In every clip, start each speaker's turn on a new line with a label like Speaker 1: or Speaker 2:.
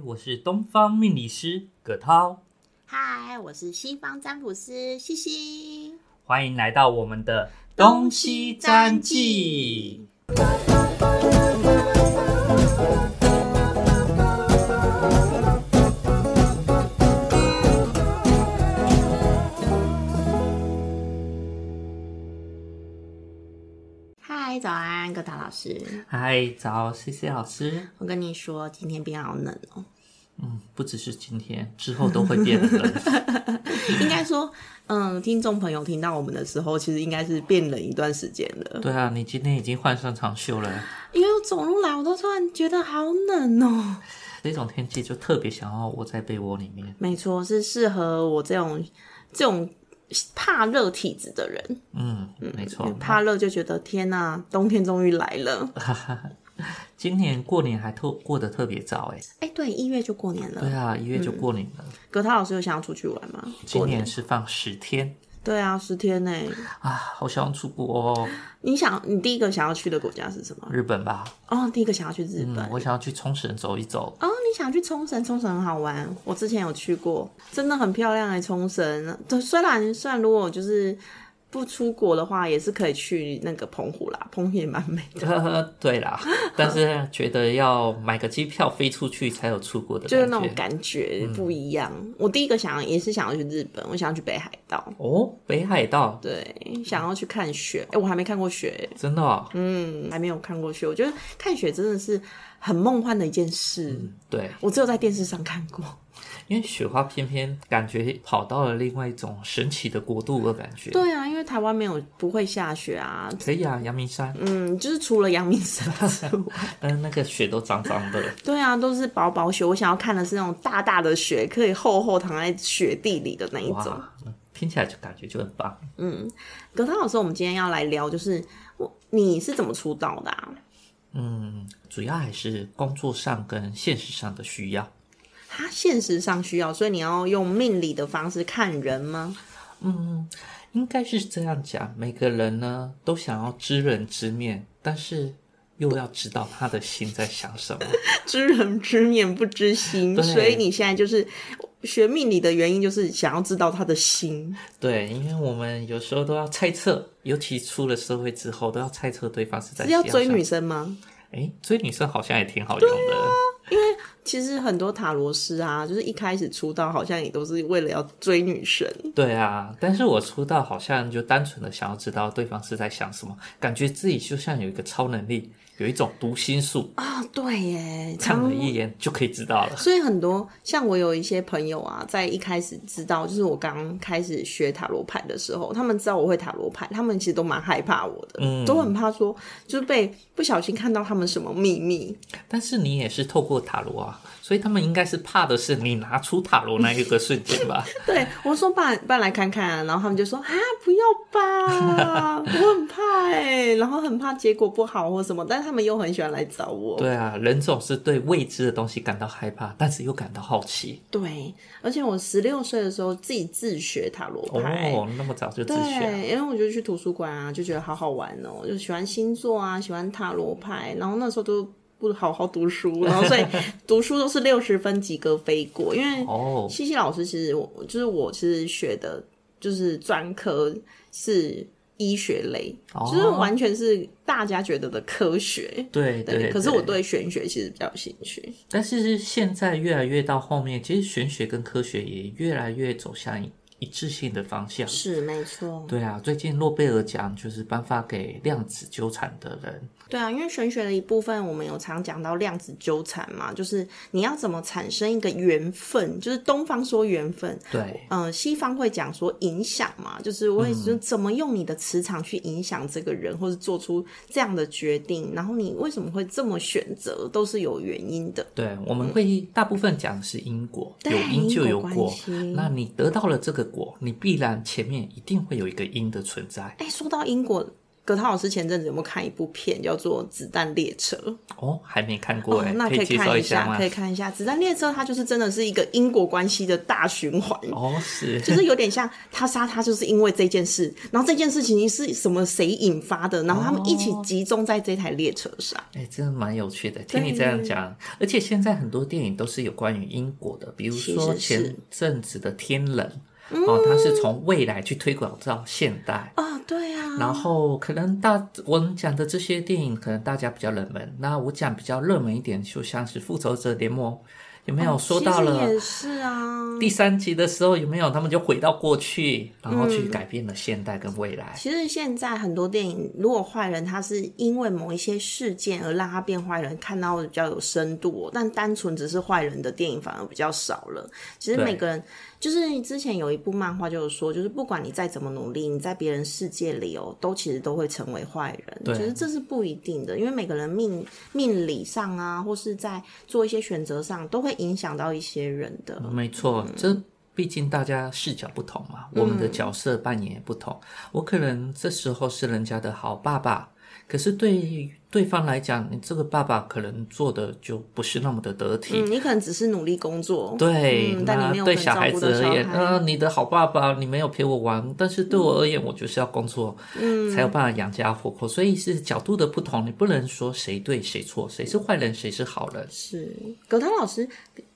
Speaker 1: 我是东方命理师葛涛，
Speaker 2: 嗨，我是西方占卜师西西。
Speaker 1: 欢迎来到我们的
Speaker 2: 东西占记。嗨，早安，葛达老师。
Speaker 1: 嗨，早，C C 老师。
Speaker 2: 我跟你说，今天变好冷哦。
Speaker 1: 嗯，不只是今天，之后都会变 冷。
Speaker 2: 应该说，嗯，听众朋友听到我们的时候，其实应该是变冷一段时间了。
Speaker 1: 对啊，你今天已经换上长袖了，
Speaker 2: 因为我走路来，我都突然觉得好冷哦。
Speaker 1: 这种天气就特别想要窝在被窝里面。
Speaker 2: 没错，是适合我这种这种怕热体质的人。
Speaker 1: 嗯，没错。
Speaker 2: 怕热就觉得天呐、冬天终于来了。
Speaker 1: 今年过年还特过得特别早哎、
Speaker 2: 哎、对，一月就过年了。
Speaker 1: 对啊，一月就过年了。
Speaker 2: 葛涛老师有想要出去玩吗？
Speaker 1: 今年是放十天
Speaker 2: 对啊，十天呢。
Speaker 1: 啊，好想出国哦，
Speaker 2: 你想，你第一个想要去的国家是什么？
Speaker 1: 日本吧。
Speaker 2: 哦，第一个想要去日本。
Speaker 1: 嗯，我想要去冲绳走一走。
Speaker 2: 哦，你想去冲绳？冲绳很好玩，我之前有去过，真的很漂亮哎、冲绳，对，虽然虽然如果就是不出国的话，也是可以去那个澎湖啦，澎湖也蛮美 的。
Speaker 1: 呃，对啦，但是觉得要买个机票飞出去才有出国的
Speaker 2: 就是
Speaker 1: 感
Speaker 2: 那种
Speaker 1: 觉。
Speaker 2: 感觉嗯不一样。我第一个想也是想要去日本，我想要去北海道，
Speaker 1: 哦，北海道
Speaker 2: 对，想要去看雪。哎、我还没看过雪，
Speaker 1: 真的、哦，
Speaker 2: 嗯，还没有看过雪。我觉得看雪真的是很梦幻的一件事，
Speaker 1: 嗯对，
Speaker 2: 我只有在电视上看过。
Speaker 1: 因为雪花偏偏感觉跑到了另外一种神奇的国度的感觉。
Speaker 2: 对啊，因为台湾没有不会下雪啊，
Speaker 1: 可以啊，阳明 山，嗯、
Speaker 2: 嗯，就是除了阳明山之外，
Speaker 1: 那个雪都脏脏的，
Speaker 2: 对啊，都是薄薄雪。我想要看的是那种大大的雪，可以厚厚躺在雪地里的那一 种。
Speaker 1: 哇，嗯听起来就感觉就很棒。
Speaker 2: 葛涛老师，我们今天要来聊，就是我你是怎么出道的啊？
Speaker 1: 嗯，主要还是工作上跟现实上的需要。
Speaker 2: 他现实上需要，所以你要用命理的方式看人吗？
Speaker 1: 应该是这样讲，每个人呢都想要知人知面，但是又要知道他的心在想什么。
Speaker 2: 知人知面不知心，
Speaker 1: 对
Speaker 2: 所以你现在就是学命理的原因，就是想要知道他的心。
Speaker 1: 对，因为我们有时候都要猜测，尤其出了社会之后，都要猜测对方是在
Speaker 2: 是要
Speaker 1: 想
Speaker 2: 追
Speaker 1: 什么
Speaker 2: 女。啊生吗？
Speaker 1: 哎，追女生好像也挺好用的。
Speaker 2: 其实很多塔罗师啊，就是一开始出道好像也都是为了要追 女生。
Speaker 1: 对啊，但是我出道好像就单纯的想要知道对方是在想什么，感觉自己就像有一个超能力，有一种读心术，
Speaker 2: 啊、对 耶，
Speaker 1: 看
Speaker 2: 常
Speaker 1: 了一眼就可以知道了。
Speaker 2: 所以很多像我有一些朋友啊，在一开始知道，就是我刚开始学塔罗牌的时候，他们知道我会塔罗牌，他们其实都蛮害怕我的，
Speaker 1: 嗯
Speaker 2: 都很怕说就是被不小心看到他们什么秘密。
Speaker 1: 但是你也是透过塔罗啊，所以他们应该是怕的是你拿出塔罗那一个瞬间 吧？
Speaker 2: 对我说爸，爸来看看、啊，然后他们就说啊，不要吧，我很怕哎、然后很怕结果不好或什么，但是他们又很喜欢来找我。
Speaker 1: 对啊，人总是对未知的东西感到害怕，但是又感到好奇。
Speaker 2: 对，而且我十六岁的时候自己自学塔罗牌。
Speaker 1: 哦，那么早就自学啊
Speaker 2: 对，因为我就去图书馆啊，就觉得好好玩哦，就喜欢星座啊，喜欢塔罗牌，然后那时候都不好好读书，然后 所以读书都是六十分及格飞过。因为
Speaker 1: 哦，
Speaker 2: 西西老师其实我就是我其实学的就是专科是医学类，
Speaker 1: 哦
Speaker 2: 就是完全是大家觉得的科学。
Speaker 1: 对对
Speaker 2: 可是我，对玄学其实比较有兴趣。
Speaker 1: 但是是现在越来越到后面，其实玄学跟科学也越来越走向一一致性的方向。
Speaker 2: 是没错，
Speaker 1: 对啊，最近诺贝尔奖就是颁发给量子纠缠的人。
Speaker 2: 对啊，因为玄学的一部分，我们有常讲到量子纠缠嘛，就是你要怎么产生一个缘分，就是东方说缘分，
Speaker 1: 对，
Speaker 2: 嗯、西方会讲说影响嘛，就是我
Speaker 1: 嗯
Speaker 2: 也就是怎么用你的磁场去影响这个人，或是做出这样的决定，然后你为什么会这么选择，都是有原因的。
Speaker 1: 对，我们会大部分讲的是因果，
Speaker 2: 对
Speaker 1: 有因就有
Speaker 2: 因果
Speaker 1: 果
Speaker 2: 关系。
Speaker 1: 那你得到了这个果，你必然前面一定会有一个因的存在。
Speaker 2: 哎，说到因果，葛涛老师前阵子有没有看一部片叫做《子弹列车》？
Speaker 1: 哦，还没看过哎、
Speaker 2: 哦，那
Speaker 1: 可
Speaker 2: 以
Speaker 1: 介
Speaker 2: 看
Speaker 1: 绍
Speaker 2: 一
Speaker 1: 下吗
Speaker 2: 可？以看一下《子弹列车》，它就是真的是一个因果关系的大循环。
Speaker 1: 哦，是，
Speaker 2: 就是有点像他杀他，就是因为这件事，然后这件事情是什么谁引发的，然后他们一起集中在这台列车上。
Speaker 1: 哎，真的蛮有趣的。听你这样讲，而且现在很多电影都是有关于因果的，比如说
Speaker 2: 是嗯是是
Speaker 1: 前阵子的《天冷》，哦，它是从未来去推广到现代。
Speaker 2: 啊、对啊，
Speaker 1: 然后可能大我们讲的这些电影，可能大家比较冷门。那我讲比较热门一点，就像是《复仇者联盟》，有没有说到
Speaker 2: 哦其实
Speaker 1: 了
Speaker 2: 也是啊。
Speaker 1: 第三集的时候，有没有他们就回到过去，然后
Speaker 2: 嗯
Speaker 1: 去改变了现代跟未来？
Speaker 2: 其实现在很多电影，如果坏人他是因为某一些事件而让他变坏人，看到的比较有深度、哦。但单纯只是坏人的电影反而比较少了。其实
Speaker 1: 对
Speaker 2: 每个人，就是之前有一部漫画就是说，就是不管你再怎么努力，你在别人世界里哦，都其实都会成为坏人。
Speaker 1: 对
Speaker 2: 其实这是不一定的，因为每个人命命理上啊，或是在做一些选择上，都会影响到一些人的。
Speaker 1: 没错，
Speaker 2: 嗯
Speaker 1: 这毕竟大家视角不同嘛，我们的角色扮演也不同。我可能这时候是人家的好爸爸，可是对于对方来讲，你这个爸爸可能做的就不是那么的得体。
Speaker 2: 嗯，你可能只是努力工作，
Speaker 1: 对，
Speaker 2: 嗯但你没
Speaker 1: 那
Speaker 2: 有
Speaker 1: 对
Speaker 2: 很
Speaker 1: 小
Speaker 2: 照
Speaker 1: 孩
Speaker 2: 顾
Speaker 1: 子
Speaker 2: 到
Speaker 1: 而
Speaker 2: 小
Speaker 1: 言，
Speaker 2: 孩嗯
Speaker 1: 呃，你的好爸爸，你没有陪我玩，但是对我而言，我就是要工作，嗯，才有办法养家糊口。所以是角度的不同，你不能说谁对谁错，谁是坏人，谁是好人。
Speaker 2: 是葛涛老师，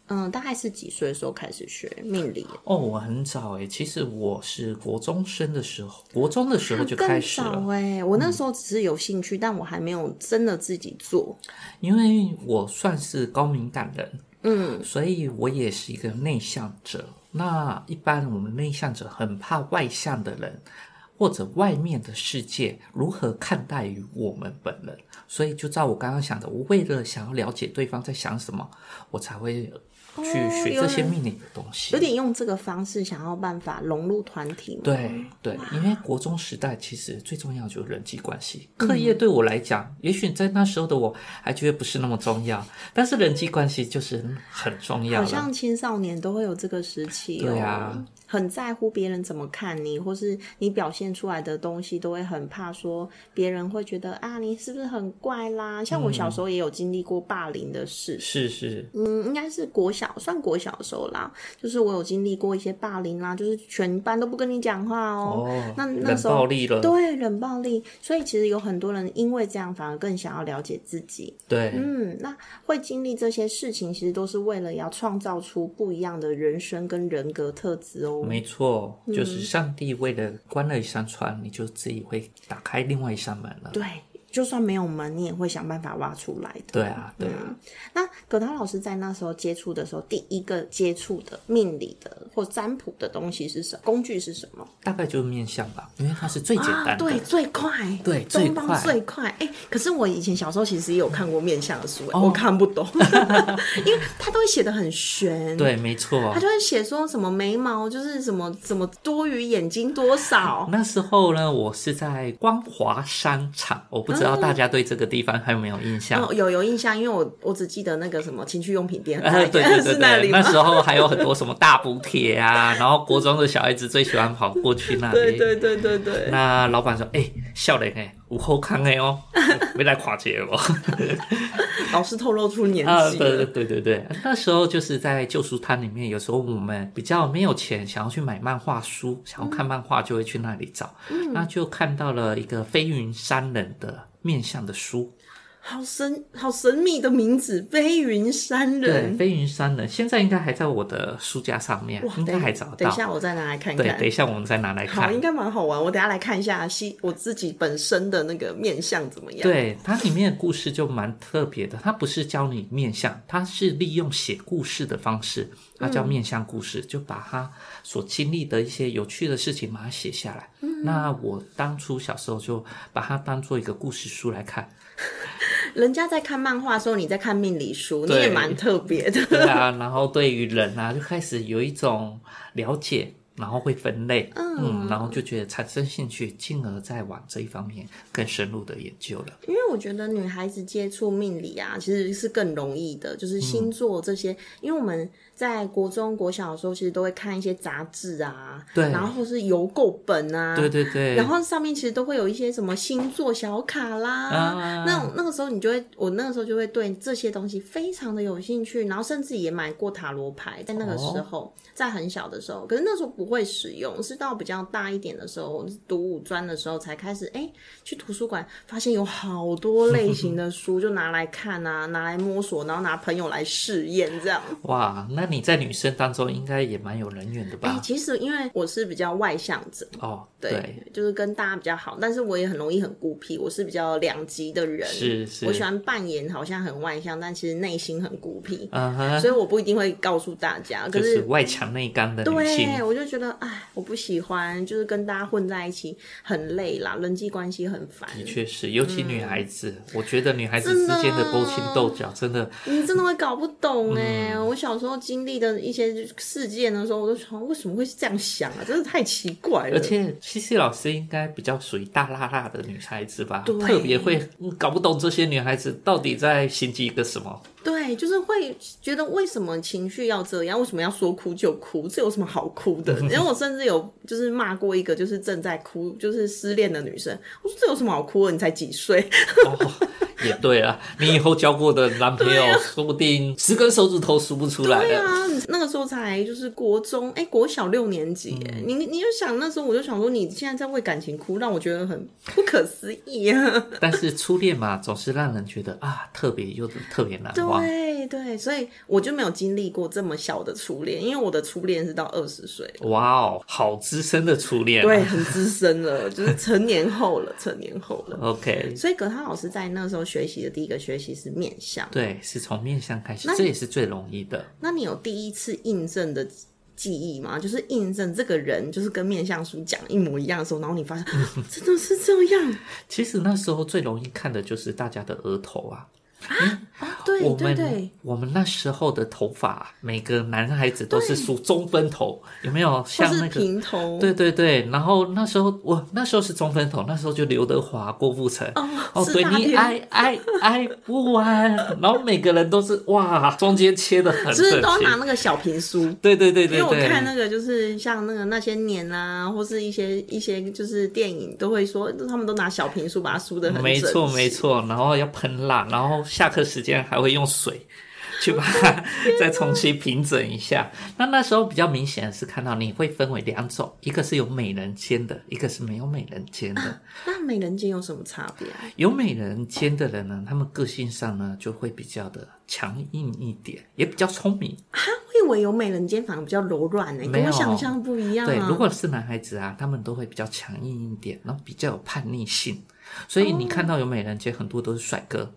Speaker 2: 嗯、大概是几岁的时候开始学命理？
Speaker 1: 哦，我很早诶，其实我是国中生的时候，国中的时候就开
Speaker 2: 更
Speaker 1: 始了，嗯
Speaker 2: 早哎、我那时候只是有兴趣，但我还没有真的自己做。
Speaker 1: 因为我算是高敏感人，嗯，所以我也是一个内向者。那一般我们内向者很怕外向的人，或者外面的世界如何看待于我们本人。所以就照我刚刚想的，我为了想要了解对方在想什么，我才会
Speaker 2: 哦
Speaker 1: 去学这些命理的东西。
Speaker 2: 有点用这个方式想要办法融入团体嘛，
Speaker 1: 对对，
Speaker 2: 嗯
Speaker 1: 因为国中时代其实最重要就是人际关系。课
Speaker 2: 嗯
Speaker 1: 业对我来讲，也许在那时候的我还觉得不是那么重要，但是人际关系就是很重要
Speaker 2: 好
Speaker 1: 了。
Speaker 2: 像青少年都会有这个时期、哦，
Speaker 1: 对啊，
Speaker 2: 很在乎别人怎么看你，或是你表现出来的东西，都会很怕说别人会觉得啊，你是不是很怪啦？像我
Speaker 1: 嗯
Speaker 2: 小时候也有经历过霸凌的事，
Speaker 1: 是是，
Speaker 2: 嗯，应该是国小，算国小的时候啦。就是我有经历过一些霸凌啦，就是全班都不跟你讲话哦。
Speaker 1: 哦，
Speaker 2: 那那
Speaker 1: 冷
Speaker 2: 时候
Speaker 1: 暴力了，
Speaker 2: 对，冷暴力，所以其实有很多人因为这样反而更想要了解自己。
Speaker 1: 对，
Speaker 2: 嗯，那会经历这些事情，其实都是为了要创造出不一样的人生跟人格特质哦。
Speaker 1: 没错，
Speaker 2: 嗯
Speaker 1: 就是上帝为了关了一扇窗，你就自己会打开另外一扇门了。
Speaker 2: 对，就算没有门，你也会想办法挖出来的。
Speaker 1: 对啊，对
Speaker 2: 嗯
Speaker 1: 啊，
Speaker 2: 那葛涛老师在那时候接触的时候，第一个接触的命理的或占卜的东西是什么？工具是什么？
Speaker 1: 大概就是面相吧，因为它是最简
Speaker 2: 啊，
Speaker 1: 单的。
Speaker 2: 对，最快，
Speaker 1: 对最
Speaker 2: 东方
Speaker 1: 快
Speaker 2: 最快。哎、可是我以前小时候其实也有看过面相的
Speaker 1: 哦
Speaker 2: 书、哎我看 不懂，因为他都会写的很玄，，
Speaker 1: 对，没错
Speaker 2: 他。就会写说什么眉毛就是什么什么多于眼睛多少，
Speaker 1: 那时候呢，我是在光华商场，我不知
Speaker 2: 嗯
Speaker 1: 道大家对这个地方还有没有印象。
Speaker 2: 哦，有有印象，因为我我只记得那个什么情趣用品店，
Speaker 1: 啊， 对对对
Speaker 2: 哦 是那
Speaker 1: 对，
Speaker 2: 里
Speaker 1: 那
Speaker 2: 吗？
Speaker 1: 时候还有很多什么大补贴啊，然后国中的小孩子最喜欢跑过去那里。
Speaker 2: 对对对对对，
Speaker 1: 那老板说：“哎、笑脸哎，午后康哎哦， 没来垮节 哦。
Speaker 2: 老师透露出”年
Speaker 1: 啊，
Speaker 2: 纪
Speaker 1: 对
Speaker 2: 了。
Speaker 1: 对对对对，那时候就是在旧书摊里面，有时候我们比较没有钱，想要去买漫画书，想要看漫画就会去那里找，
Speaker 2: 嗯
Speaker 1: 那就看到了一个飞云山人的面相的书，
Speaker 2: 好神好神秘的名字，飞云山
Speaker 1: 对，
Speaker 2: 人。
Speaker 1: 飞云山人现在应该还在我的书架上面，应该还找得
Speaker 2: 等一
Speaker 1: 到。
Speaker 2: 下我再拿来看
Speaker 1: 对，
Speaker 2: 看
Speaker 1: 等。一下我们再拿来
Speaker 2: 好，
Speaker 1: 看
Speaker 2: 应。该蛮好玩。我等一下来看一下西我自己本身的那个面相怎么样。，
Speaker 1: 对，它里面的故事就蛮特别的，它不是教你面相，它是利用写故事的方式，它叫面相故事，就把他所经历的一些有趣的事情把它写下来。那我当初小时候就把它当做一个故事书来看。
Speaker 2: 人家在看漫画的时候，你在看命理书，你
Speaker 1: 对
Speaker 2: 也蛮特别的。
Speaker 1: 对啊，然后对于人啊，就开始有一种了解。然后会分类，嗯，然后就觉得产生兴趣，进而再往这一方面更深入的研究了。
Speaker 2: 因为我觉得女孩子接触命理啊，其实是更容易的，
Speaker 1: 嗯
Speaker 2: 就是星座这些，因为我们在国中、国小的时候，其实都会看一些杂志啊，
Speaker 1: 对
Speaker 2: 然后或是邮购本啊，
Speaker 1: 对对对，
Speaker 2: 然后上面其实都会有一些什么星座小卡啦，
Speaker 1: 啊
Speaker 2: 那种那个时候你就会，我那个时候就会对这些东西非常的有兴趣，然后甚至也买过塔罗牌，在那个时候，
Speaker 1: 哦
Speaker 2: 在很小的时候，可是那时候不会使用，是到比较大一点的时候，读五专的时候才开始，哎、去图书馆发现有好多类型的书，就拿来看啊，拿来摸索，然后拿朋友来试验这样。
Speaker 1: 哇，那你在女生当中应该也蛮有人缘的
Speaker 2: 哎、
Speaker 1: 吧？
Speaker 2: 其实因为我是比较外向者，
Speaker 1: 哦，
Speaker 2: 对，就是跟大家比较好，但是我也很容易很孤僻，我是比较两极的人，
Speaker 1: 是是
Speaker 2: 我喜欢扮演好像很外向，但其实内心很孤僻，
Speaker 1: 嗯哼，
Speaker 2: 所以我不一定会告诉大家。可，
Speaker 1: 就是是外强内刚的女性，
Speaker 2: 对我就觉得，哎，我不喜欢，就是跟大家混在一起很累啦，人际关系很烦。
Speaker 1: 的确是，尤其女孩子，我觉得女孩子
Speaker 2: 嗯真的
Speaker 1: 之间的勾心斗角真的
Speaker 2: 你真的会搞不懂哎、
Speaker 1: 嗯
Speaker 2: 我小时候经历的一些事件的时候，我都想为什么会这样想啊，真的太奇怪了。
Speaker 1: 而且西西老师应该比较属于大辣辣的女孩子吧，
Speaker 2: 对
Speaker 1: 特别会嗯搞不懂这些女孩子到底在心机一个什么。
Speaker 2: 对，就是会觉得为什么情绪要这样？为什么要说哭就哭？这有什么好哭的？然后我甚至有就是骂过一个就是正在哭就是失恋的女生，我说这有什么好哭的？你才几岁？
Speaker 1: 哦，也对啊，你以后交过的男朋友，说不定十根手指头数不出来
Speaker 2: 啊对
Speaker 1: 了。
Speaker 2: 啊，你那个时候才就是国中，哎、国小六年级耶，你你就想那时候我就想说你现在在为感情哭，让我觉得很不可思议啊！
Speaker 1: 但是初恋嘛，总是让人觉得啊，特别又特别难忘。
Speaker 2: 对对，所以我就没有经历过这么小的初恋，因为我的初恋是到二十岁。
Speaker 1: 哇哦，好资深的初恋、啊。
Speaker 2: 对，很资深了，就是成年后了，成年后了。
Speaker 1: ，OK，
Speaker 2: 所以葛涛老师在那时候学习的第一个学习是面相。
Speaker 1: 对，是从面相开始，这也是最容易的。
Speaker 2: 那你有第一次印证的记忆吗？就是印证这个人就是跟面相书讲一模一样的时候，然后 你发现、啊真的是这样。
Speaker 1: 其实那时候最容易看的就是大家的额头啊，
Speaker 2: 哦对
Speaker 1: 我
Speaker 2: 对
Speaker 1: 们
Speaker 2: 对，
Speaker 1: 我们那时候的头发，啊每个男孩子都是梳中分头，有没有？
Speaker 2: 或
Speaker 1: 像
Speaker 2: 是
Speaker 1: 那个。
Speaker 2: 平头。
Speaker 1: 对对对，然后那时候我那时候是中分头，那时候就刘德华、郭富城，哦，
Speaker 2: 是
Speaker 1: 对
Speaker 2: 大
Speaker 1: 你
Speaker 2: 片
Speaker 1: 爱爱爱不完，然后每个人都是哇，中间切的很
Speaker 2: 就
Speaker 1: 整
Speaker 2: 是都要拿
Speaker 1: 齐，
Speaker 2: 那个小平书。
Speaker 1: 对对对对
Speaker 2: 因为我
Speaker 1: 对，
Speaker 2: 看那个，就是像那个那些年啊，或是一些一些就是电影，都会说他们都拿小平书把它梳的很
Speaker 1: 没错
Speaker 2: 整齐
Speaker 1: 没错，然后要喷蜡，然后下课时间还会用水去把它 再重新平整一下。那那时候比较明显的是看到你会分为两种，一个是有美人尖的，一个是没有美人尖的。
Speaker 2: 那美人尖有什么差别啊？
Speaker 1: 有美人尖的人呢，他们个性上呢就会比较的强硬一点，也比较聪明。
Speaker 2: 我以为有美人尖反而比较柔软呢、欸
Speaker 1: 没
Speaker 2: 跟
Speaker 1: 有
Speaker 2: 我想象不一样、啊。
Speaker 1: 对，如果是男孩子啊，他们都会比较强硬一点，然后比较有叛逆性。所以你看到有美人尖，很多都是帅哥。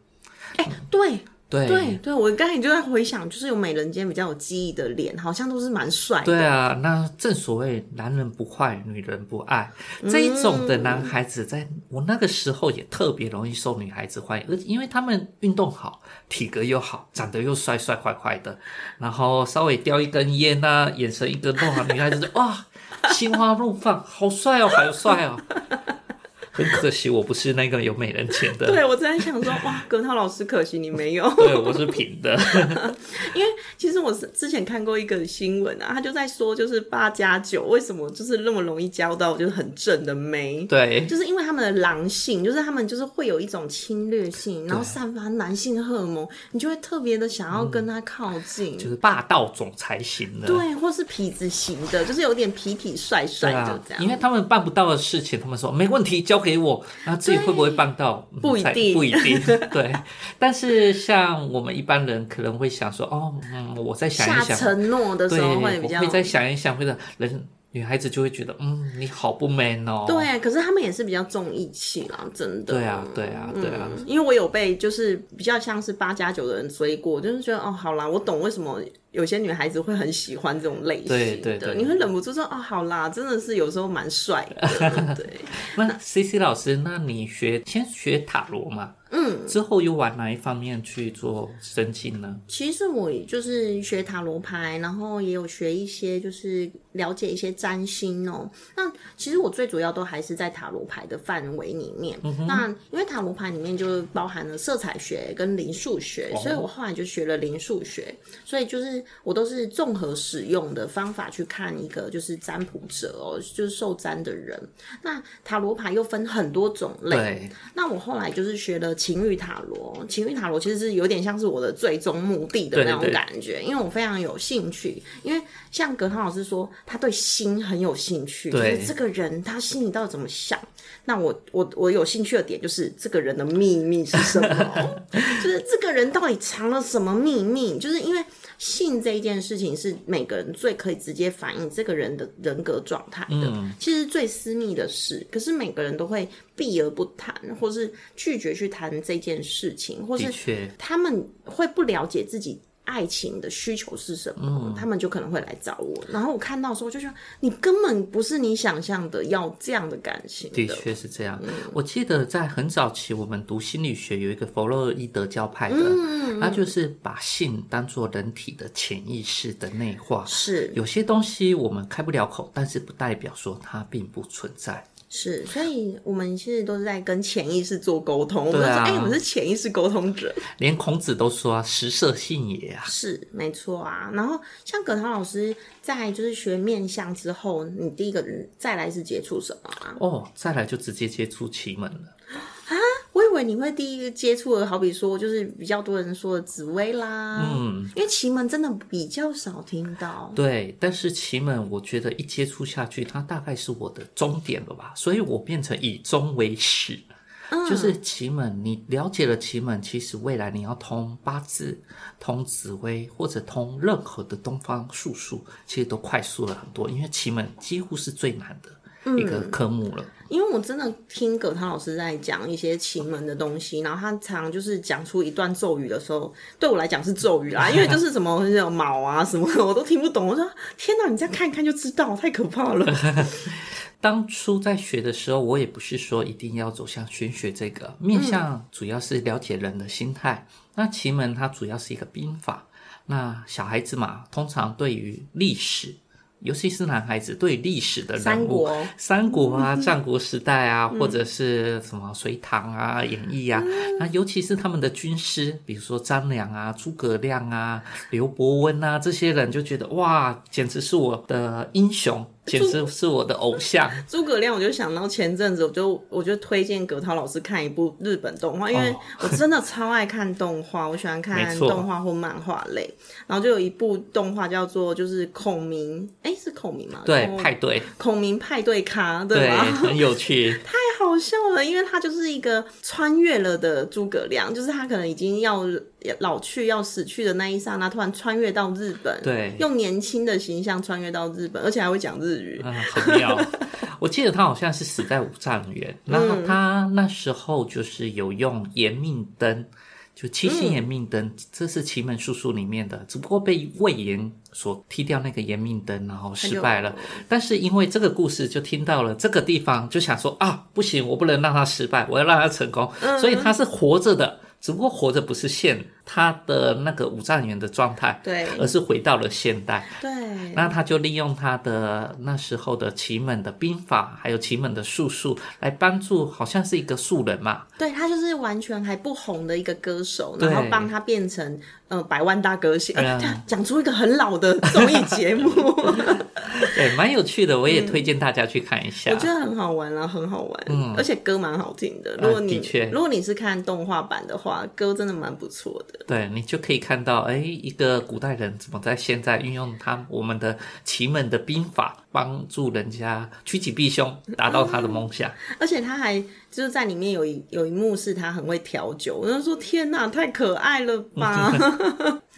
Speaker 2: 对
Speaker 1: 对
Speaker 2: 对对，我刚才就在回想，就是有美人尖比较有记忆的脸，好像都是蛮帅的。
Speaker 1: 对啊，那正所谓男人不坏，女人不爱，
Speaker 2: 嗯
Speaker 1: 这一种的男孩子在，我那个时候也特别容易受女孩子欢迎，而因为他们运动好，体格又好，长得又帅帅坏坏的，然后稍微叼一根烟啊，眼神一个弄啊，女孩子就哇，心花怒放，好帅哦，好帅哦。很可惜，我不是那个有美人钱的，
Speaker 2: 对，我正在想说，哇，葛涛老师，可惜你没有。
Speaker 1: 对我是平的。
Speaker 2: 因为其实我是之前看过一个新闻啊，他就在说，就是八加九为什么就是那么容易交到就是很正的妹，
Speaker 1: 对，
Speaker 2: 就是因为他们的狼性，就是他们就是会有一种侵略性，然后散发男性荷尔蒙，你就会特别的想要跟他靠近。
Speaker 1: 就是霸道总裁型的。
Speaker 2: 对，或是痞子型的，就是有点痞痞帅帅
Speaker 1: 对
Speaker 2: 的
Speaker 1: 啊
Speaker 2: 这，样。
Speaker 1: 因为他们办不到的事情，他们说没问题，交给我。然后自己会不会办到，嗯
Speaker 2: 不一
Speaker 1: 才
Speaker 2: 定
Speaker 1: 不一 定。对，但是像我们一般人可能会想说，哦，嗯，我再想
Speaker 2: 下
Speaker 1: 一想，
Speaker 2: 承诺的时
Speaker 1: 对，
Speaker 2: 候
Speaker 1: 我
Speaker 2: 会比较
Speaker 1: 会再想一想，或者人女孩子就会觉得，嗯，你好不 man 哦。
Speaker 2: 对，可是他们也是比较重义气啦，真的。
Speaker 1: 对啊，对啊，
Speaker 2: 嗯
Speaker 1: 对啊。
Speaker 2: 嗯，因为我有被就是比较像是八加九的人追过，就是觉得哦，好啦，我懂为什么
Speaker 3: 有些女孩子会很喜欢这种类型的，
Speaker 1: 对对对
Speaker 3: 你会忍不住说
Speaker 2: 哦
Speaker 3: 啊、好啦，真的是有时候蛮帅 的，对，
Speaker 1: 那 C C 老师，那你学先学塔罗嘛？嗯，之后又往哪一方面去做申请呢？
Speaker 2: 其实我就是学塔罗牌，然后也有学一些，就是了解一些占星哦、那其实我最主要都还是在塔罗牌的范围里面。那因为塔罗牌里面就包含了色彩学跟灵数学，所以我后来就学了灵数学。所以就是我都是综合使用的方法去看一个就是占卜者哦，就是受占的人。那塔罗牌又分很多种类，
Speaker 1: 对，
Speaker 2: 那我后来就是学了情欲塔罗，情欲塔罗其实是有点像是我的最终目的的
Speaker 1: 对
Speaker 2: 那种
Speaker 1: 对
Speaker 2: 感觉，因为我非常有兴趣。因为像葛涛老师说，他对心很有兴趣，就
Speaker 1: 对
Speaker 2: 是这个人他心里到底怎么想。那我我我有兴趣的点就是这个人的秘密是什么， 就是这个人到底藏了什么秘密？就是因为性这一件事情是每个人最可以直接反映这个人的人格状态的，
Speaker 1: 嗯
Speaker 2: 其实最私密的事，可是每个人都会避而不谈，或是拒绝去谈这件事情，或
Speaker 1: 的
Speaker 2: 是
Speaker 1: 确，
Speaker 2: 他们会不了解自己爱情的需求是什么，
Speaker 1: 嗯
Speaker 2: 他们就可能会来找我。然后我看到的时候，就觉得你根本不是你想象的要这样的感情
Speaker 1: 的
Speaker 2: 的。
Speaker 1: 确是这样。我记得在很早期，我们读心理学有一个弗洛伊德教派的，他就是把性当做人体的潜意识的内化。
Speaker 2: 是
Speaker 1: 有些东西我们开不了口，但是不代表说它并不存在。
Speaker 2: 是，所以我们其实都是在跟
Speaker 3: 跟潜意识做沟通，我们
Speaker 1: 对
Speaker 3: 说
Speaker 1: 啊
Speaker 3: 哎、我们是潜意识沟通者，
Speaker 1: 连孔子都说啊，食色性也啊。
Speaker 2: 是没错啊。然后像葛涛老师在就是学面相之后，你第一个嗯再来是接触什么啊？
Speaker 1: 哦，再来就直接接触奇门了。
Speaker 2: 我以为你会第一个接触的，好比说就是比较多人说的紫薇啦，
Speaker 1: 嗯，
Speaker 2: 因为奇门真的比较少听到。
Speaker 1: 对，但是奇门我觉得一接触下去，它大概是我的终点了吧，所以我变成以终为始。就是奇门，你了解了奇门，其实未来你要通八字、通紫微或者通任何的东方术数，其实都快速了很多，因为奇门几乎是最难的一个科目了。
Speaker 2: 因为我真的听葛涛老师在讲一些奇门的东西，然后他常就是讲出一段咒语的时候，对我来讲是咒语啦，因为就是什么那种 毛啊什么的，我都听不懂。我说天哪，你这样看一看就知道，太可怕了。
Speaker 1: 当初在学的时候，我也不是说一定要走向玄学这个面向，主要是了解人的心态。那奇门它主要是一个兵法，那小孩子嘛，通常对于历史，尤其是男孩子，对于历史的人物，
Speaker 2: 三国
Speaker 1: 三国啊、战国时代啊，或者是什么隋唐啊、演义啊，那尤其是他们的军师，比如说张良啊、诸葛亮啊、刘伯温啊这些人，就觉得哇，简直是我的英雄，简直是我的偶像。
Speaker 3: 诸葛亮，我就想到前阵子，我就我就推荐葛涛老师看一部日本动画，因为
Speaker 1: 哦
Speaker 3: 我真的超爱看动画，我喜欢看
Speaker 1: 没错
Speaker 3: 动画或漫画类。然后就有一部动画叫做就是孔明，哎、是孔明吗？
Speaker 1: 对
Speaker 2: 哦
Speaker 3: 孔，
Speaker 1: 派对，
Speaker 3: 孔明派对咖，对
Speaker 1: 对，
Speaker 3: 吗？
Speaker 1: 很有趣，
Speaker 3: 太好笑了，因为他就是一个穿越了的诸葛亮，就是他可能已经要老去、要死去的那一刹那，突然穿越到日本，
Speaker 1: 对
Speaker 3: 用年轻的形象穿越到日本，而且还会讲日语。
Speaker 1: 啊，很妙。 我记得他好像是死在五丈原，然后他那时候就是有用延命灯，就七星延命灯，这是奇门术数里面的，只不过被魏延所踢掉那个延命灯，然后失败了。但是因为这个故事，就听到了这个地方，就想说啊，不行，我不能让他失败，我要让他成功，所以他是活着的。只不过活着不是现他的那个五丈原的状态，
Speaker 2: 对
Speaker 1: 而是回到了现代。
Speaker 2: 对，
Speaker 1: 那他就利用他的那时候的奇门的兵法，还有奇门的术数来帮助，好像是一个素人 嘛，
Speaker 2: 对他就是完全还不红的一个歌手，
Speaker 1: 对
Speaker 2: 然后帮他变成呃百万大歌星，
Speaker 1: 啊
Speaker 2: 呃
Speaker 3: 哎
Speaker 2: 讲、讲出一个很老的综艺节目，
Speaker 1: 对，啊蛮有趣的，我也推荐大家去看一下。
Speaker 3: 我觉得很好玩啊，很好玩，而且歌蛮好听的。如果
Speaker 1: 嗯
Speaker 3: 你、
Speaker 1: 啊的确
Speaker 3: 如果你是看动画版的话，歌真的蛮不错的。
Speaker 1: 对你就可以看到，哎，一个古代人怎么在现在运用他我们的奇门的兵法，帮助人家趋吉避凶，达到他的梦想。
Speaker 3: 而且他还就是在里面有一有一幕是他很会调酒，我就说天哪，太可爱了 吧！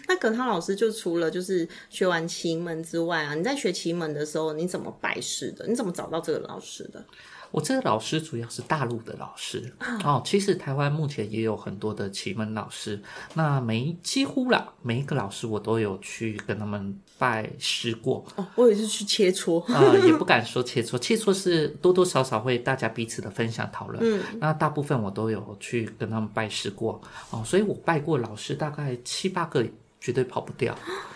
Speaker 3: 那葛涛老师就除了就是学完奇门之外啊，你在学奇门的时候，你怎么拜师的？你怎么找到这个老师的？
Speaker 1: 我这个老师主要是大陆的老师哦，其实台湾目前也有很多的奇门老师，那每一几乎啦每一个老师我都有去跟他们拜师过，
Speaker 3: 哦，我也是去切磋，
Speaker 1: 呃，也不敢说切磋，切磋是多多少少会大家彼此的分享讨论。嗯，那大部分我都有去跟他们拜师过哦，所以我拜过老师大概七八个，绝对跑不掉。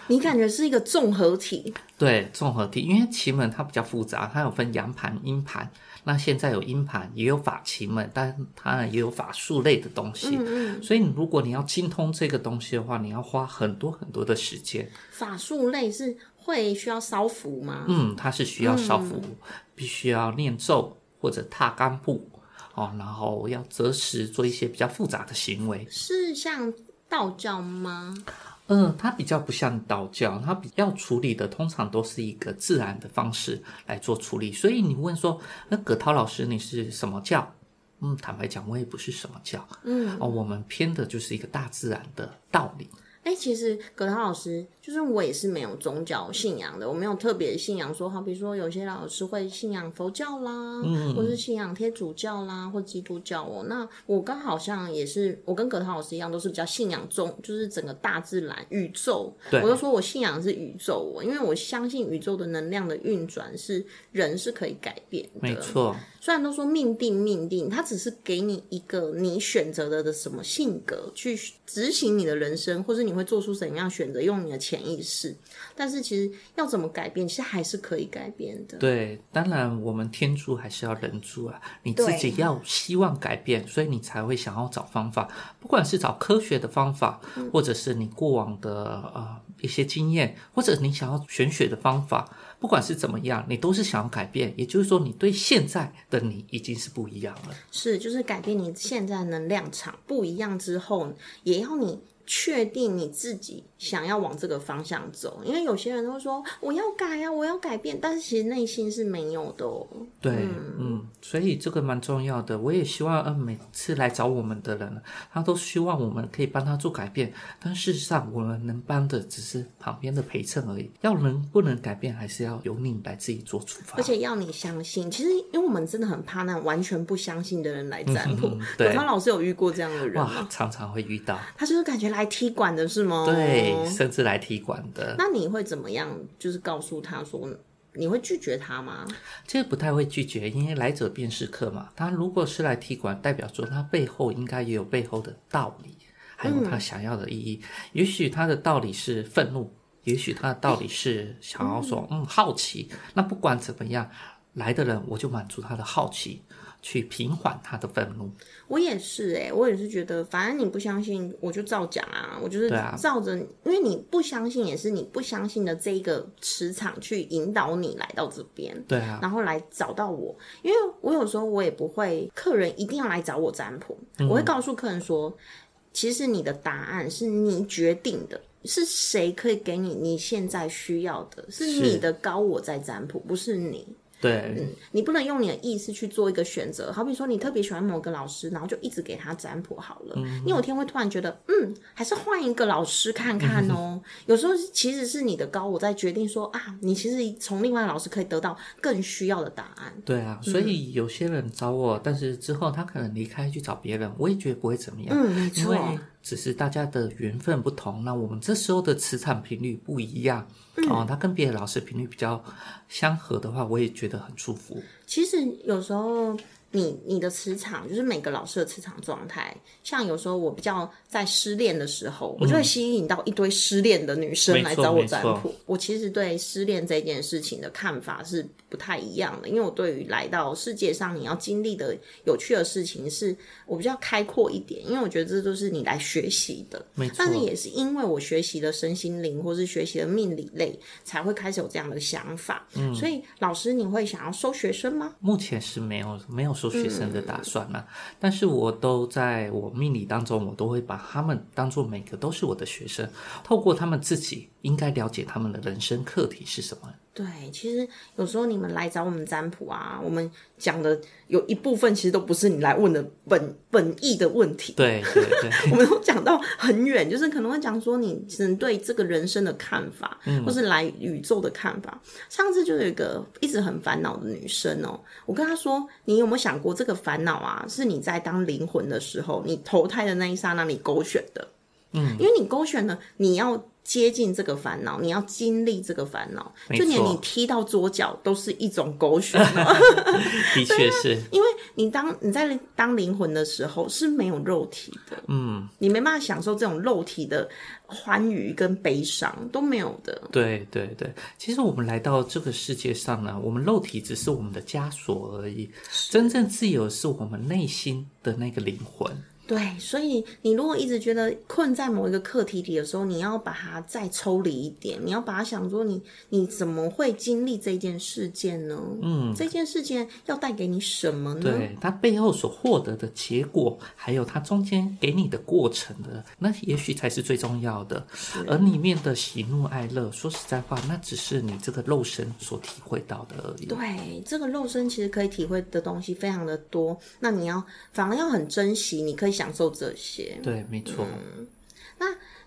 Speaker 2: 你感觉是一个综合体，
Speaker 1: 对，综合体，因为奇门它比较复杂，它有分阳盘、阴盘。那现在有阴盘，也有法奇门，但当然也有法术类的东西。嗯嗯。所以你如果你要精通这个东西的话，你要花很多很多的时间。
Speaker 2: 法术类是会需要烧符吗？
Speaker 1: 嗯，它是需要少符，必须要念咒或者踏干步哦，然后要择时做一些比较复杂的行为。
Speaker 2: 是像道教吗？
Speaker 1: 嗯，它比较不像道教，它比较处理的通常都是一个自然的方式来做处理。所以你问说，那葛涛老师你是什么教？嗯，坦白讲，我也不是什么教。嗯，哦，我们偏的就是一个大自然的道理。
Speaker 2: 哎、其实葛涛老师，就是我也是没有宗教信仰的，我没有特别信仰说，好比说有些老师会信仰佛教啦，
Speaker 1: 嗯
Speaker 2: 或是信仰天主教啦，或基督教哦。那我刚好像也是，我跟葛涛老师一样，都是比较信仰宗，就是整个大自然、宇宙。
Speaker 1: 对
Speaker 2: 我都说我信仰的是宇宙哦，因为我相信宇宙的能量的运转是人是可以改变的。
Speaker 1: 没错，
Speaker 2: 虽然都说命定命定，它只是给你一个你选择的的什么性格去执行你的人生，或是你会做出怎样选择，用你的潜意识。但是其实要怎么改变，其实还是可以改变的。
Speaker 1: 对，当然我们天助还是要人助啊，你自
Speaker 2: 对
Speaker 1: 己要希望改变，所以你才会想要找方法，不管是找科学的方法，
Speaker 2: 嗯
Speaker 1: 或者是你过往的呃一些经验，或者你想要玄学的方法，不管是怎么样，你都是想要改变，也就是说你对现在的你已经是不一样了。
Speaker 2: 是，就是改变你现在的能量场不一样之后，也要你确定你自己想要往这个方向走。因为有些人都会说我要改呀、啊，我要改变，但是其实内心是没有的、哦。
Speaker 1: 对，嗯，所以这个蛮重要的。我也希望，呃，每次来找我们的人，他都希望我们可以帮他做改变，但事实上，我们能帮的只是旁边的陪衬而已。要能不能改变，还是要由你来自己做出发。
Speaker 2: 而且要你相信，其实因为我们真的很怕那种完全不相信的人来占卜
Speaker 1: 嗯。对
Speaker 2: 葛涛老师有遇过这样的人吗？
Speaker 1: 哇，常常会遇到，
Speaker 2: 他就是感觉来踢馆的是吗？
Speaker 1: 对，甚至来踢馆的，
Speaker 2: 那你会怎么样？就是告诉他说，你会拒绝他吗？
Speaker 1: 这个不太会拒绝，因为来者便是客嘛。他如果是来踢馆，代表说他背后应该也有背后的道理，还有他想要的意义。也许他的道理是愤怒，也许他的道理是想要说，嗯，好奇。那不管怎么样，来的人我就满足他的好奇，去平缓他的愤怒。
Speaker 2: 我也是哎、我也是觉得，反正你不相信，我就照讲啊，我就是
Speaker 1: 对啊
Speaker 2: 照着你，因为你不相信也是你不相信的这一个磁场去引导你来到这边。
Speaker 1: 对啊，
Speaker 2: 然后来找到我，因为我有时候我也不会，客人一定要来找我占卜，
Speaker 1: 嗯
Speaker 2: 我会告诉客人说，其实你的答案是你决定的，是谁可以给你你现在需要的，是
Speaker 1: 是
Speaker 2: 你的高我在占卜，不是你。
Speaker 1: 对，
Speaker 2: 你不能用你的意识去做一个选择。好比说，你特别喜欢某个老师，然后就一直给他占卜好了。
Speaker 1: 嗯
Speaker 2: 你有一天会突然觉得，嗯，还是换一个老师看看 哦。有时候是其实是你的高我在决定说啊，你其实从另外的老师可以得到更需要的答案。
Speaker 1: 对啊，所以有些人找我，但是之后他可能离开去找别人，我也觉得不会怎么样。
Speaker 2: 嗯，没
Speaker 1: 因
Speaker 2: 错
Speaker 1: 为。只是大家的缘分不同，那我们这时候的磁场频率不一样、
Speaker 2: 嗯
Speaker 1: 哦，它跟别的老师频率比较相合的话，我也觉得很舒服。
Speaker 2: 其实有时候你你的磁场就是每个老师的磁场状态，像有时候我比较在失恋的时候，我就会吸引到一堆失恋的女
Speaker 1: 嗯
Speaker 2: 生
Speaker 1: 没
Speaker 2: 来
Speaker 1: 错
Speaker 2: 找我
Speaker 1: 没
Speaker 2: 占
Speaker 1: 错
Speaker 2: 卜。我其实对失恋这件事情的看法是不太一样的，因为我对于来到世界上你要经历的有趣的事情是，我比较开阔一点，因为我觉得这都是你来学习的。
Speaker 1: 没错
Speaker 2: 但是也是因为我学习了身心灵，或是学习了命理类，才会开始有这样的想法。嗯，所以老师，你会想要收学生吗？
Speaker 1: 目前是没有没有收学生的打算啦、
Speaker 2: 嗯
Speaker 1: 但是我都在我命理当中，我都会把他们当做每个都是我的学生，透过他们自己应该了解他们的人生课题是什么，
Speaker 2: 对，其实有时候你们来找我们占卜啊，我们讲的有一部分其实都不是你来问的本本意的问题，
Speaker 1: 对对 对，
Speaker 2: 我们都讲到很远，就是可能会讲说你只能对这个人生的看法，
Speaker 1: 嗯
Speaker 2: 或是来宇宙的看法。上次就有一个一直很烦恼的女生哦，我跟她说，你有没有想过这个烦恼啊，是你在当灵魂的时候，你投胎的那一刹那你勾选的，嗯，因为你勾选了，你要。接近这个烦恼，你要经历这个烦恼，
Speaker 1: 没
Speaker 2: 就连
Speaker 1: 错
Speaker 2: 你踢到桌角都是一种狗血哦
Speaker 1: 的确是，
Speaker 2: 因为你当你在当灵魂的时候是没有肉体的，
Speaker 1: 嗯，
Speaker 2: 你没办法享受这种肉体的欢愉跟悲伤都没有的。
Speaker 1: 对对对。其实我们来到这个世界上呢，我们肉体只是我们的枷锁而已，真正自由是我们内心的那个灵魂。
Speaker 2: 对，所以你如果一直觉得困在某一个课题里的时候，你要把它再抽离一点，你要把它想说你你怎么会经历这件事件呢？嗯，这件事件要带给你什么呢？
Speaker 1: 对，它背后所获得的结果，还有它中间给你的过程的，那也许才是最重要的。而里面的喜怒哀乐，说实在话，那只是你这个肉身所体会到的而已。
Speaker 2: 对，这个肉身其实可以体会的东西非常的多，那你要反而要很珍惜，你可以享受这些。
Speaker 1: 对，没错。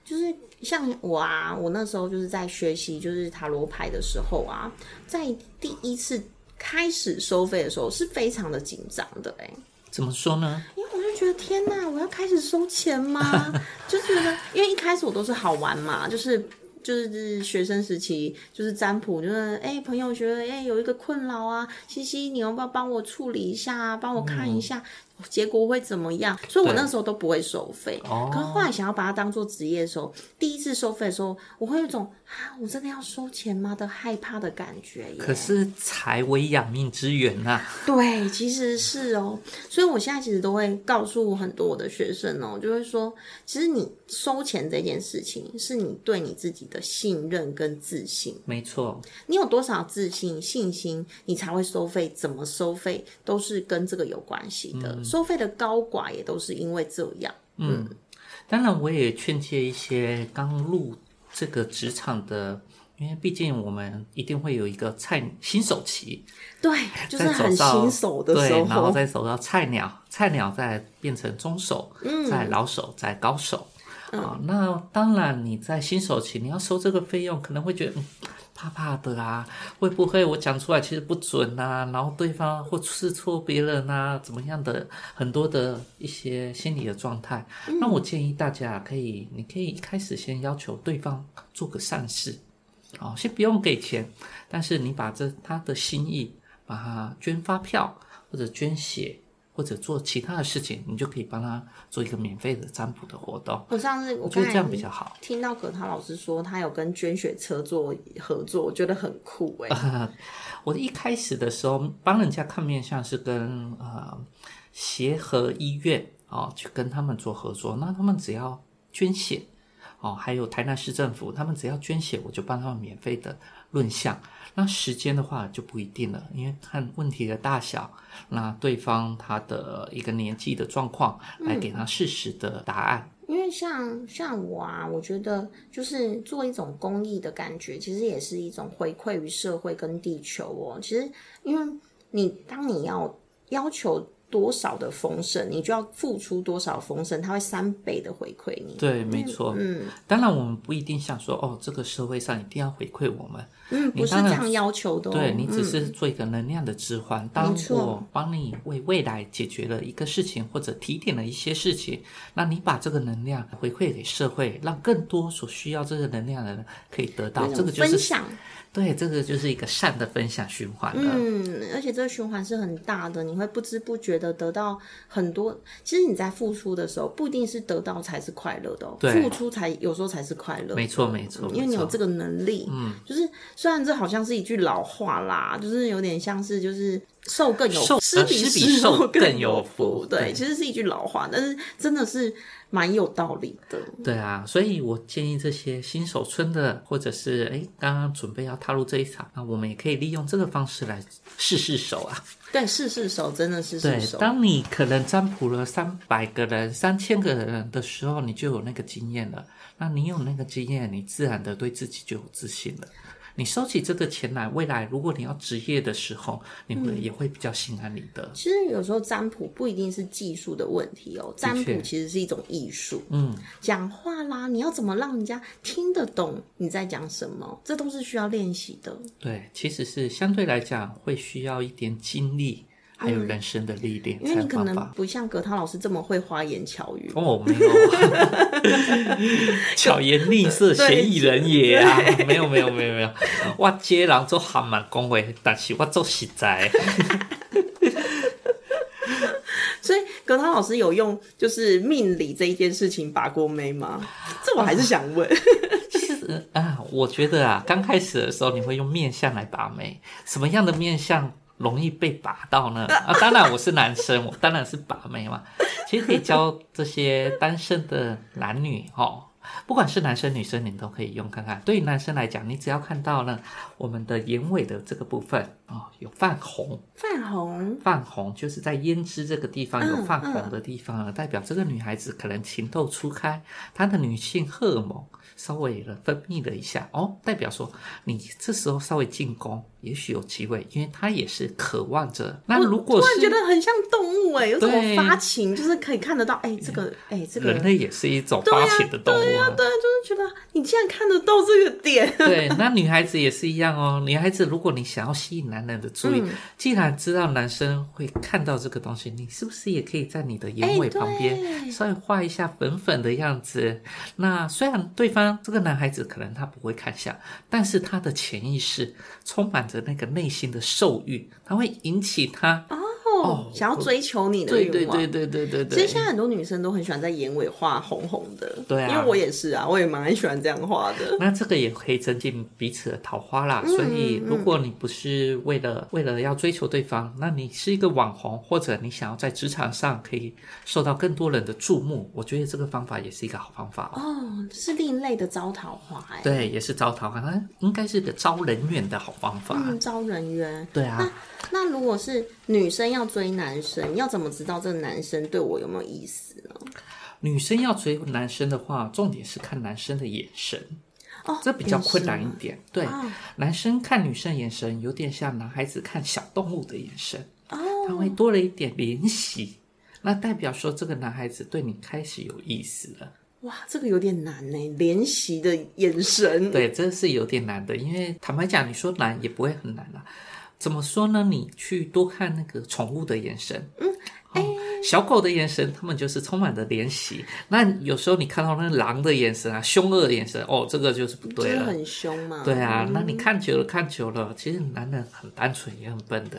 Speaker 2: 就是像我啊，我那时候就是在学习就是塔罗牌的时候啊，在第一次开始收费的时候是非常的紧张的哎、
Speaker 1: 怎么说呢？
Speaker 2: 因为我就觉得天哪，我要开始收 钱吗？就觉得，因为一开始我都是好玩嘛，就是。就是学生时期，就是占卜，就是哎、朋友觉得哎、有一个困扰啊，西西，你要不要帮我处理一下啊？帮我看一下、结果会怎么样？所以我
Speaker 1: 嗯对
Speaker 2: 那时候都不会收费。
Speaker 1: 哦
Speaker 2: 可是后来想要把它当做职业的时候，第一次收费的时候，我会有一种啊，我真的要收钱吗的害怕的感觉耶。
Speaker 1: 可是财为养命之源啊呐、
Speaker 2: 对，其实是哦，所以我现在其实都会告诉很多我的学生哦，就会说，其实你收钱这件事情，是你对你自己的信任跟自信，
Speaker 1: 没错，
Speaker 2: 你有多少自信、信心，你才会收费，怎么收费都是跟这个有关系的，收费的高寡也都是因为这样。
Speaker 1: 嗯。当然，我也劝诫一些刚入这个职场的，因为毕竟我们一定会有一个菜新手期，
Speaker 2: 对， 就是
Speaker 1: 再走
Speaker 2: 很
Speaker 1: 到
Speaker 2: 新手的时
Speaker 1: 对，然后
Speaker 2: 候，
Speaker 1: 再走到菜鸟，菜鸟再变成中手，
Speaker 2: 嗯
Speaker 1: 再老手，再高手。啊、那当然，你在新手期你要收这个费用，可能会觉得、嗯、怕怕的啊，会不会我讲出来其实不准啊？然后对方会试错别人啊，怎么样的很多的一些心理的状态。
Speaker 2: 嗯
Speaker 1: 那我建议大家可以，你可以一开始先要求对方做个善事，哦，先不用给钱，但是你把这他的心意，把它捐发票或者捐血。或者做其他的事情，你就可以帮他做一个免费的占卜的活动。
Speaker 2: 我上次
Speaker 1: 我
Speaker 2: 我
Speaker 1: 觉
Speaker 2: 刚
Speaker 1: 得这
Speaker 2: 才
Speaker 1: 样比较好。
Speaker 2: 听到葛涛老师说，他有跟捐血车做合作，我觉得很酷哎、
Speaker 1: 我一开始的时候帮人家看面相是跟呃协和医院哦去跟他们做合作，那他们只要捐血哦，还有台南市政府，他们只要捐血，我就帮他们免费的论相。那时间的话就不一定了，因为看问题的大小，那对方他的一个年纪的状况来给他适时的答案。
Speaker 2: 因为像像我啊，我觉得就是做一种公益的感觉，其实也是一种回馈于社会跟地球哦。其实，因为你当你要要求多少的丰盛，你就要付出多少丰盛，它会三倍的回馈你。
Speaker 1: 对，没错。
Speaker 2: 嗯
Speaker 1: 当然，我们不一定想说哦，这个社会上一定要回馈我们，
Speaker 2: 嗯，
Speaker 1: 你
Speaker 2: 不是
Speaker 1: 当
Speaker 2: 这
Speaker 1: 然
Speaker 2: 样要求的、哦。
Speaker 1: 对你只
Speaker 2: 嗯
Speaker 1: 是做一个能量的置换。当
Speaker 2: 错
Speaker 1: 我帮你为未来解决了一个事情，或者提点了一些事情，那你把这个能量回馈给社会，让更多所需要这个能量的人可以得到。
Speaker 2: 那
Speaker 1: 这
Speaker 2: 种
Speaker 1: 个就
Speaker 2: 嗯分
Speaker 1: 是
Speaker 2: 享，
Speaker 1: 对，这个就是一个善的分享循环了。
Speaker 2: 嗯，而且这个循环是很大的，你会不知不觉的得到很多。其实你在付出的时候，不一定是得到才是快乐的、哦，
Speaker 1: 对
Speaker 2: 付出才有时候才是快乐。
Speaker 1: 没错，没错，
Speaker 2: 因为你嗯有这
Speaker 1: 个
Speaker 2: 个能力，嗯，就是虽然这好像是一句老话啦，就是有点像是就是受更有
Speaker 1: 受
Speaker 2: 施
Speaker 1: 呃
Speaker 2: 比
Speaker 1: 施比
Speaker 2: 受
Speaker 1: 受
Speaker 2: 更
Speaker 1: 更有
Speaker 2: 福
Speaker 1: 福，
Speaker 2: 对，
Speaker 1: 对
Speaker 2: 其实是一句老话，但是真的是蛮有道理的。
Speaker 1: 对啊，所以我建议这些新手村的，或者是哎刚刚准备要踏入这一场，那我们也可以利用这个方式来试试手啊。
Speaker 2: 对，是是手，真的是是
Speaker 1: 对，
Speaker 2: 手。
Speaker 1: 当你可能占卜了三百个人、三千个人的时候，你就有那个经验了。那你有那个经验，你自然的对自己就有自信了。你收起这个钱来，未来如果你要职业的时候，你会
Speaker 2: 嗯
Speaker 1: 也会比较心安理得。
Speaker 2: 其实有时候占卜不一定是技术的问题哦，占卜其实是一种艺术。
Speaker 1: 嗯，
Speaker 2: 讲话啦，你要怎么让人家听得懂你在讲什么，这都是需要练习的。
Speaker 1: 对，其实是相对来讲会需要一点精力，还有人生的历练，
Speaker 2: 嗯因为
Speaker 1: 才
Speaker 2: 你
Speaker 1: 有
Speaker 2: 可
Speaker 1: 办
Speaker 2: 能
Speaker 1: 法。
Speaker 2: 不像葛涛老师这么会花言巧语，
Speaker 1: 哦，没有，啊巧言令色，嫌疑人也啊，没有没有没有没有，我接人做含满恭维，但是我做实在。
Speaker 3: 所以葛涛老师有用就是命理这一件事情把过妹吗？这我还是想问。
Speaker 1: 啊，我觉得啊，刚开始的时候你会用面相来把妹，什么样的面相容易被把到呢？啊，当然我是男生，我当然是把妹嘛。其实可以教这些单身的男女哦，不管是男生女生，你都可以用看看。对于男生来讲，你只要看到呢，我们的眼尾的这个部分哦，有泛红，
Speaker 2: 泛红
Speaker 1: 泛红就是在胭脂这个地方有
Speaker 2: 嗯
Speaker 1: 泛红的地方，啊
Speaker 3: 嗯
Speaker 1: 代表这个女孩子可能情窦初开，她的女性荷尔蒙稍微的分泌了一下哦，代表说你这时候稍微进攻，也许有机会，因为她也是渴望着。那如果
Speaker 3: 突然觉
Speaker 1: 是
Speaker 3: 得很像动物哎、有什么
Speaker 1: 对
Speaker 3: 发情，就是可以看得到哎、这个哎、这个
Speaker 1: 人类也是一种发情的动物、啊
Speaker 3: 对，就是觉得你竟然看得到这个点，
Speaker 1: 对，那女孩子也是一样哦。女孩子，如果你想要吸引男人的注意，既然知道男生会看到这个东西，你是不是也可以在你的眼尾
Speaker 2: 哎对
Speaker 1: 旁边稍微画一下粉粉的样子？那虽然对方这个男孩子可能他不会看相，但是他的潜意识充满着那个内心的兽欲，他会引起他。
Speaker 3: 哦，想要追求你的
Speaker 1: 对
Speaker 3: 欲望。
Speaker 1: 对对对对对
Speaker 3: 其实
Speaker 1: 对。
Speaker 3: 现在很多女生都很喜欢在眼尾画红红的，
Speaker 1: 对啊
Speaker 3: 因为我也是啊，我也蛮喜欢这样画的。
Speaker 1: 那这个也可以增进彼此的桃花啦。所以，如果你不是为了为了要追求对方，那你是一个网红，或者你想要在职场上可以受到更多人的注目，我觉得这个方法也是一个好方法哦。
Speaker 2: 哦，这是另类的招桃花
Speaker 3: 欸
Speaker 2: 哎、
Speaker 1: 对，也是招桃花，那应该是个招人缘的好方法。
Speaker 2: 嗯，招人缘。
Speaker 1: 对啊，
Speaker 2: 那如果是女生要追男生，要怎么知道这个男生对我有没有意思呢？
Speaker 1: 女生要追男生的话，重点是看男生的眼神。
Speaker 2: 哦，
Speaker 1: 这比较
Speaker 2: 也是
Speaker 1: 困难一
Speaker 2: 嘛。
Speaker 1: 点。对，
Speaker 2: 啊
Speaker 1: 男生看女生眼神有点像男孩子看小动物的眼神，
Speaker 2: 哦
Speaker 1: 他会多了一点怜惜，那代表说这个男孩子对你开始有意思了。
Speaker 3: 哇，这个有点难呢，怜惜的眼神。
Speaker 1: 对，这是有点难的，因为坦白讲，你说难也不会很难啦。啊怎么说呢？你去多看那个宠物的眼神，嗯，
Speaker 2: 哎
Speaker 1: 哦、小狗的眼神，它们就是充满着怜惜。那有时候你看到那狼的眼神啊，凶恶的眼神，哦，这个就是不
Speaker 3: 就
Speaker 1: 对
Speaker 3: 是
Speaker 1: 了，
Speaker 3: 很凶嘛，
Speaker 1: 对啊，那你看久了看久了，其实男人很单纯也很笨的，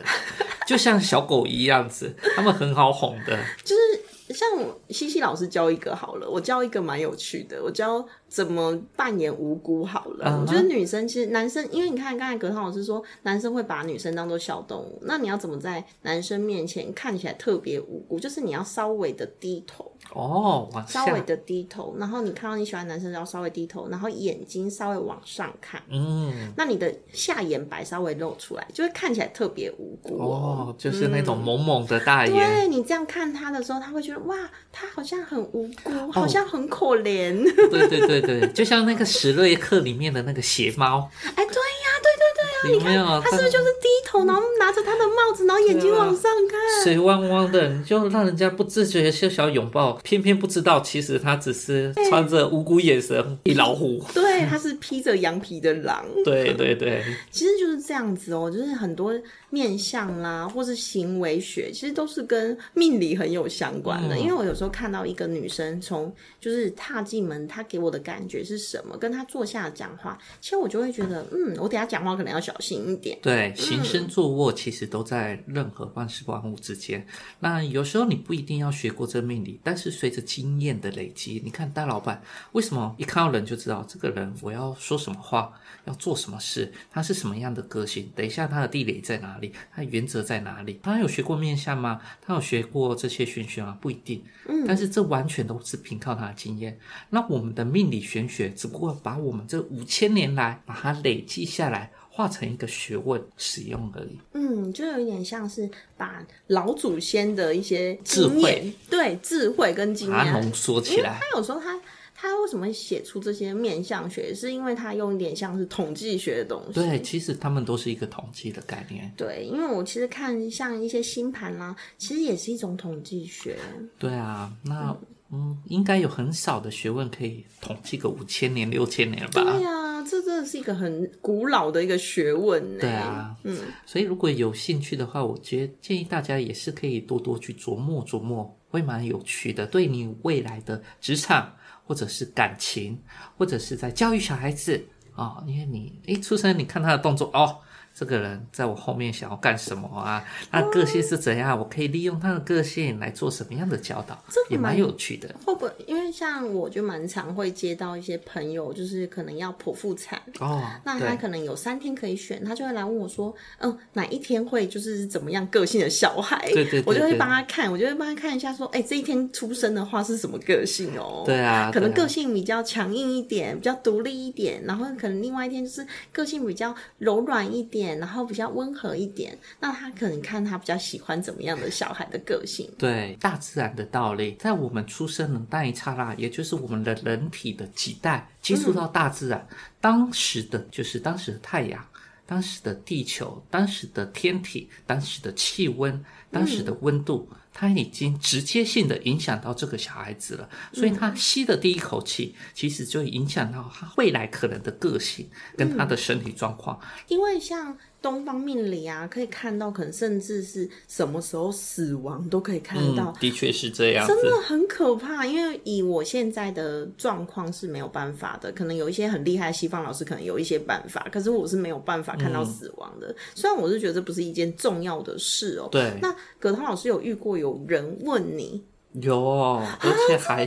Speaker 1: 就像小狗一样子，他们很好哄的。
Speaker 3: 就是像我西西老师教一个好了，我教一个蛮有趣的，我教怎么扮演无辜好了。
Speaker 1: 嗯哼
Speaker 3: 我觉得女生其实男生，因为你看刚才葛涛老师说，男生会把女生当做小动物，那你要怎么在男生面前看起来特别无辜？就是你要稍微的低头，
Speaker 1: 哦，往
Speaker 2: 稍
Speaker 1: 下，
Speaker 2: 微的低头，然后你看到你喜欢的男生，然后稍微低头，然后眼睛稍微往上看，
Speaker 1: 嗯，
Speaker 2: 那你的下眼白稍微露出来，就会看起来特别无辜
Speaker 1: 哦，就是那
Speaker 2: 嗯
Speaker 1: 种萌萌的大眼。
Speaker 2: 对你这样看他的时候，他会觉得哇，他好像很无辜，好像很可怜。
Speaker 1: 对对对对，就像那个史瑞克里面的那个邪猫，
Speaker 2: 哎，对呀、对对对呀、啊
Speaker 1: 有
Speaker 2: 你
Speaker 1: 没有
Speaker 2: 看他是不
Speaker 1: 他
Speaker 2: 是就是低头，然后拿着他的帽子，然后眼睛
Speaker 1: 对啊
Speaker 2: 往上看？
Speaker 1: 水汪汪的，你就让人家不自觉就想拥抱，偏偏不知道其实他只是穿着无辜眼神一老虎。
Speaker 3: 对，他是披着羊皮的狼，
Speaker 1: 对对对，
Speaker 2: 其实就是这样子哦，就是很多面相啦，或是行为学，其实都是跟命理很有相关的。
Speaker 1: 嗯
Speaker 2: 因为我有时候看到一个女生从就是踏进门，她给我的感觉是什么，跟她坐下讲话，其实我就会觉得，嗯，我等一下讲话可能要小心一点。
Speaker 1: 对，行身坐卧其实都在任何万事万物之间。那有时候你不一定要学过这命理，但是随着经验的累积，你看大老板为什么一看到人就知道这个人我要说什么话，要做什么事，他是什么样的个性，等一下他的地雷在哪里，他的原则在哪里？他有学过面相吗？他有学过这些玄学吗？不一定。嗯，但是这完全都是凭靠他的经验。那我们的命理玄学只不过把我们这五千年来把它累积下来。化成一个学问使用而已。
Speaker 2: 嗯，就有一点像是把老祖先的一些
Speaker 1: 智
Speaker 2: 经验
Speaker 1: 慧，
Speaker 2: 对智慧跟经验，啊嗯
Speaker 1: 把它浓缩起来
Speaker 2: 他有时候他。他为什么会写出这些面相学？是因为他用一点像是统计学的东西。
Speaker 1: 对，其实他们都是一个统计的概念。
Speaker 2: 对，因为我其实看像一些星盘啦、其实也是一种统计学。
Speaker 1: 对啊，那嗯，应该有很少的学问可以统计个五千年、六千年吧？
Speaker 2: 对啊，这真的是一个很古老的一个学问呢。
Speaker 1: 对啊，
Speaker 2: 嗯，
Speaker 1: 所以如果有兴趣的话，我觉得建议大家也是可以多多去琢磨琢磨，会蛮有趣的，对你未来的职场或者是感情，或者是在教育小孩子啊、因为你一出生，你看他的动作哦。这个人在我后面想要干什么啊？
Speaker 2: 哦
Speaker 1: 他的个性是怎样？我可以利用他的个性来做什么样的教导，
Speaker 2: 这个
Speaker 1: 也蛮
Speaker 2: 蛮
Speaker 1: 有趣的
Speaker 2: 会不会因为像我就蛮常会接到一些朋友，就是可能要剖腹产，
Speaker 1: 哦。
Speaker 2: 那
Speaker 1: 对
Speaker 2: 他可能有三天可以选，他就会来问我说，嗯，哪一天会就是怎么样个性的小孩？
Speaker 1: 对对对
Speaker 2: 我就会
Speaker 1: 对
Speaker 2: 帮他看，我就会帮他看一下说，哎、这一天出生的话是什么个性哦？
Speaker 1: 对啊，
Speaker 2: 可能
Speaker 1: 对
Speaker 2: 个
Speaker 1: 啊
Speaker 2: 性比较强硬一点，比较独立一点，然后可能另外一天就是个性比较柔软一点，然后比较温和一点。那他可能看他比较喜欢怎么样的小孩的个性。
Speaker 1: 对大自然的道理，在我们出生的那一刹那，也就是我们的人体的脐带接触
Speaker 2: 嗯
Speaker 1: 到大自然，当时的就是当时的太阳。当时的地球、当时的天体、当时的气
Speaker 2: 嗯
Speaker 1: 温、当时的温度，它已经直接性的影响到这个小孩子了。所以
Speaker 2: 嗯
Speaker 1: 他吸的第一口气，其实就影响到他未来可能的个性跟
Speaker 2: 嗯
Speaker 1: 他的身体状况。
Speaker 2: 因为像东方命理啊，可以看到，可能甚至是什么时候死亡都可以看得到。
Speaker 1: 的确是嗯这样
Speaker 2: 真的很可怕，因为以我现在的状况是没有办法的。可能有一些很厉害的西方老师，可能有一些办法，可是我是没有办法
Speaker 1: 嗯
Speaker 2: 看到死亡的。虽然我是觉得这不是一件重要的事哦、
Speaker 1: 对
Speaker 2: 那葛涛老师有遇过有人问你，
Speaker 1: 有，而且
Speaker 2: 啊
Speaker 1: 还、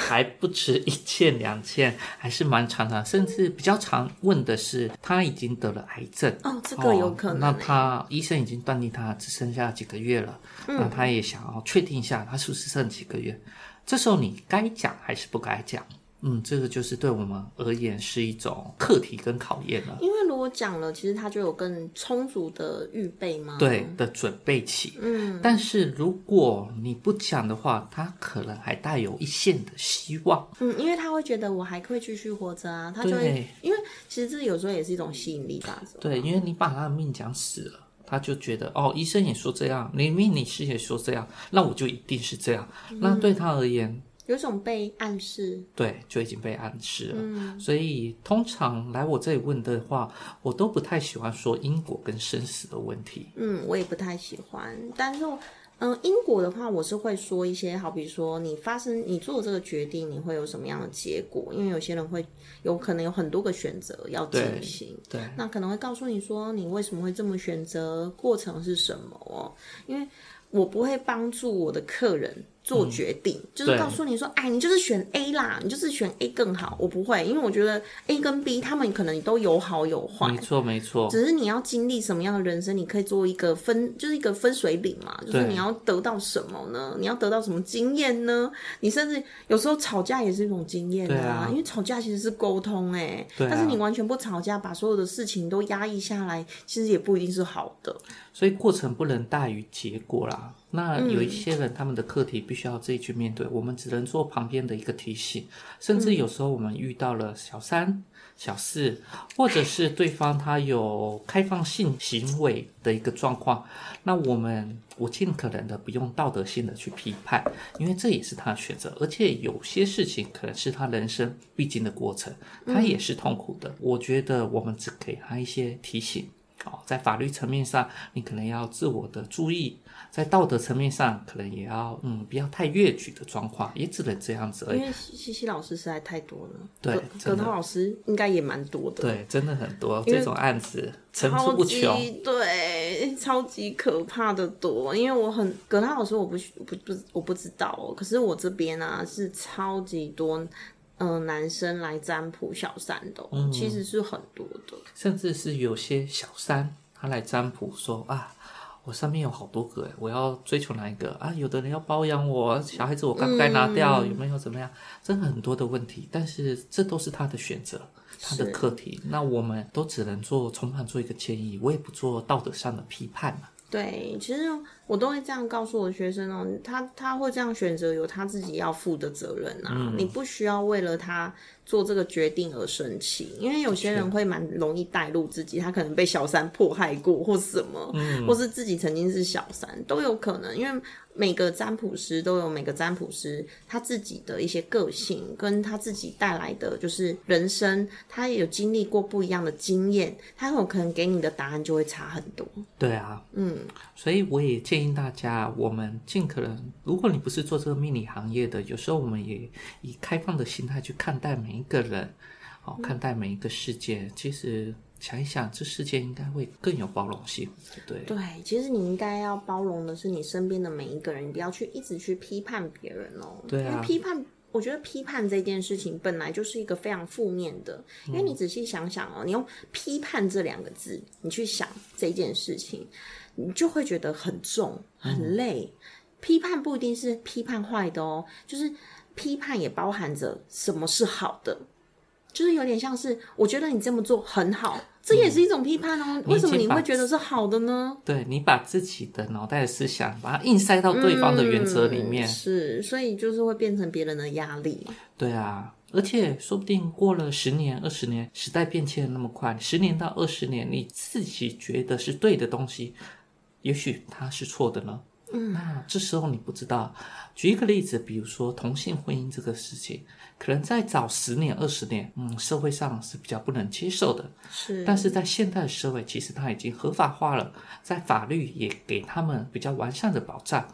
Speaker 1: 还不止一件两件，还是蛮常常，甚至比较常问的是，他已经得了癌症。
Speaker 2: 哦这个有可能
Speaker 1: 那
Speaker 2: 欸
Speaker 1: 他医生已经断定他只剩下几个月了，
Speaker 2: 嗯
Speaker 1: 那他也想要确定一下他是不是剩几个月。这时候你该讲还是不该讲？嗯，这个就是对我们而言是一种课题跟考验了。
Speaker 2: 因为如果讲了，其实他就有更充足的预备吗？
Speaker 1: 对的准备期。嗯，但是如果你不讲的话，他可能还带有一线的希望。
Speaker 2: 嗯，因为他会觉得我还会继续活着啊，他就
Speaker 1: 对
Speaker 2: 会，因为其实这有时候也是一种吸引力法则。
Speaker 1: 对，因为你把他的命讲死了，他就觉得哦，医生也说这样，你命理师也说这样，那我就一定是这样。那对他而言，
Speaker 2: 有一种被暗示，
Speaker 1: 对，就已经被暗示了。所以通常来我这里问的话，我都不太喜欢说因果跟生死的问题。
Speaker 2: 嗯，我也不太喜欢，但是我。嗯，因果的话，我是会说一些，好比说你发生你做这个决定，你会有什么样的结果？因为有些人会有可能有很多个选择要
Speaker 1: 对
Speaker 2: 进行，
Speaker 1: 对
Speaker 2: 那可能会告诉你说你为什么会这么选择，过程是什么哦。因为我不会帮助我的客人做决定，就是
Speaker 1: 对
Speaker 2: 告诉你说，哎，你就是选 A 啦，你就是选 A 更好。我不会，因为我觉得 A 跟 B 他们可能都有好有坏
Speaker 1: 没。错，没错。
Speaker 2: 只是你要经历什么样的人生，你可以做一个分，就是一个分水岭嘛，就是
Speaker 1: 对
Speaker 2: 你要得到什么呢？你要得到什么经验呢？你甚至有时候吵架也是一种经验
Speaker 1: 对啊
Speaker 2: 因为吵架其实是沟通哎、
Speaker 1: 对啊
Speaker 2: 但是你完全不吵架，把所有的事情都压抑下来，其实也不一定是好的。
Speaker 1: 所以过程不能大于结果啦。那有一些人他们的课题必须要自己去面对，我们只能做旁边的一个提醒，甚至有时候我们遇到了小三、小四，或者是对方他有开放性行为的一个状况，那我们我尽可能的不用道德性的去批判，因为这也是他的选择，而且有些事情可能是他人生必经的过程，他也是痛苦的。我觉得我们只给他一些提醒。哦，在法律层面上，你可能要自我的注意；在道德层面上，可能也要嗯，不要太越矩的状况，也只能这样子而
Speaker 2: 因
Speaker 1: 已。
Speaker 2: 为西西老师实在太多了，
Speaker 1: 对
Speaker 2: 葛葛
Speaker 1: 真的
Speaker 2: 涛老师应该也蛮多的，
Speaker 1: 对，真的很多
Speaker 2: 因为
Speaker 1: 这种案子层出
Speaker 2: 超
Speaker 1: 不
Speaker 2: 级
Speaker 1: 穷。
Speaker 2: 对，超级可怕的多。因为我很葛大老师，我不不不我不知道哦，可是我这边啊是超级多，嗯、男生来占卜小三的哦、
Speaker 1: 嗯
Speaker 2: 其实是很多的。
Speaker 1: 甚至是有些小三，他来占卜说啊，我上面有好多个，我要追求哪一个啊？有的人要包养我，小孩子我该不该拿掉？
Speaker 2: 嗯
Speaker 1: 有没有怎么样？真的很多的问题，但是这都是他的选择，他的
Speaker 2: 是
Speaker 1: 课题。那我们都只能做从旁做一个建议，我也不做道德上的批判嘛。
Speaker 2: 对，其实我都会这样告诉我学生哦，他他会这样选择，有他自己要负的责任啊，你不需要为了他做这个决定而生气，因为有些人会蛮容易带入自己，他可能被小三迫害过或什么，或是自己曾经是小三都有可能，因为每个占卜师都有每个占卜师他自己的一些个性，跟他自己带来的就是人生，他也有经历过不一样的经验，他有可能给你的答案就会差很多，
Speaker 1: 对啊，
Speaker 2: 嗯。
Speaker 1: 所以我也建议大家，我们尽可能，如果你不是做这个命理行业的，有时候我们也以开放的心态去看待每一个人，哦，
Speaker 2: 嗯
Speaker 1: 看待每一个世界。其实想一想，这世界应该会更有包容性，对不对？
Speaker 2: 对，其实你应该要包容的是你身边的每一个人，你不要去一直去批判别人哦。
Speaker 1: 对啊
Speaker 2: 因为批判，我觉得批判这件事情本来就是一个非常负面的，因
Speaker 1: 嗯
Speaker 2: 为你仔细想想哦，你用批判这两个字，你去想这件事情，你就会觉得很重、
Speaker 1: 嗯
Speaker 2: 很累。批判不一定是批判坏的哦，就是批判也包含着什么是好的。就是有点像是，我觉得你这么做很好，这也是一种批判哦。为什么你
Speaker 1: 嗯把
Speaker 2: 会觉得是好的呢？
Speaker 1: 对你把自己的脑袋的思想，把它硬塞到对方的原则里面
Speaker 2: 嗯，是，所以就是会变成别人的压力。
Speaker 1: 对啊，而且说不定过了十年、二十年，时代变迁得那么快，十年到二十年，你自己觉得是对的东西，也许它是错的呢。嗯，那这时候你不知道。举一个例子，比如说同性婚姻这个事情，可能在早十年、二十年，嗯，社会上是比较不能接受的。
Speaker 2: 是，
Speaker 1: 但是在现代社会，其实它已经合法化了，在法律也给他们比较完善的保障。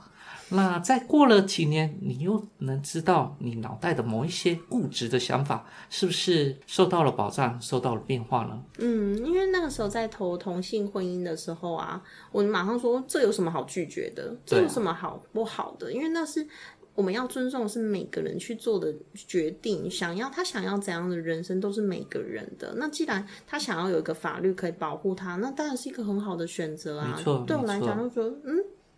Speaker 1: 那再过了几年，你又能知道你脑袋的某一些固执的想法是不是受到了保障、受到了变化呢？
Speaker 2: 嗯，因为那个时候在投同性婚姻的时候啊，我马上说这有什么好拒绝的？这
Speaker 1: 对啊
Speaker 2: 有什么好不好的？因为那是我们要尊重是每个人去做的决定，想要他想要怎样的人生都是每个人的。那既然他想要有一个法律可以保护他，那当然是一个很好的选择啊
Speaker 1: 没错。
Speaker 2: 对我
Speaker 1: 没
Speaker 2: 来
Speaker 1: 错
Speaker 2: 讲，就觉得嗯，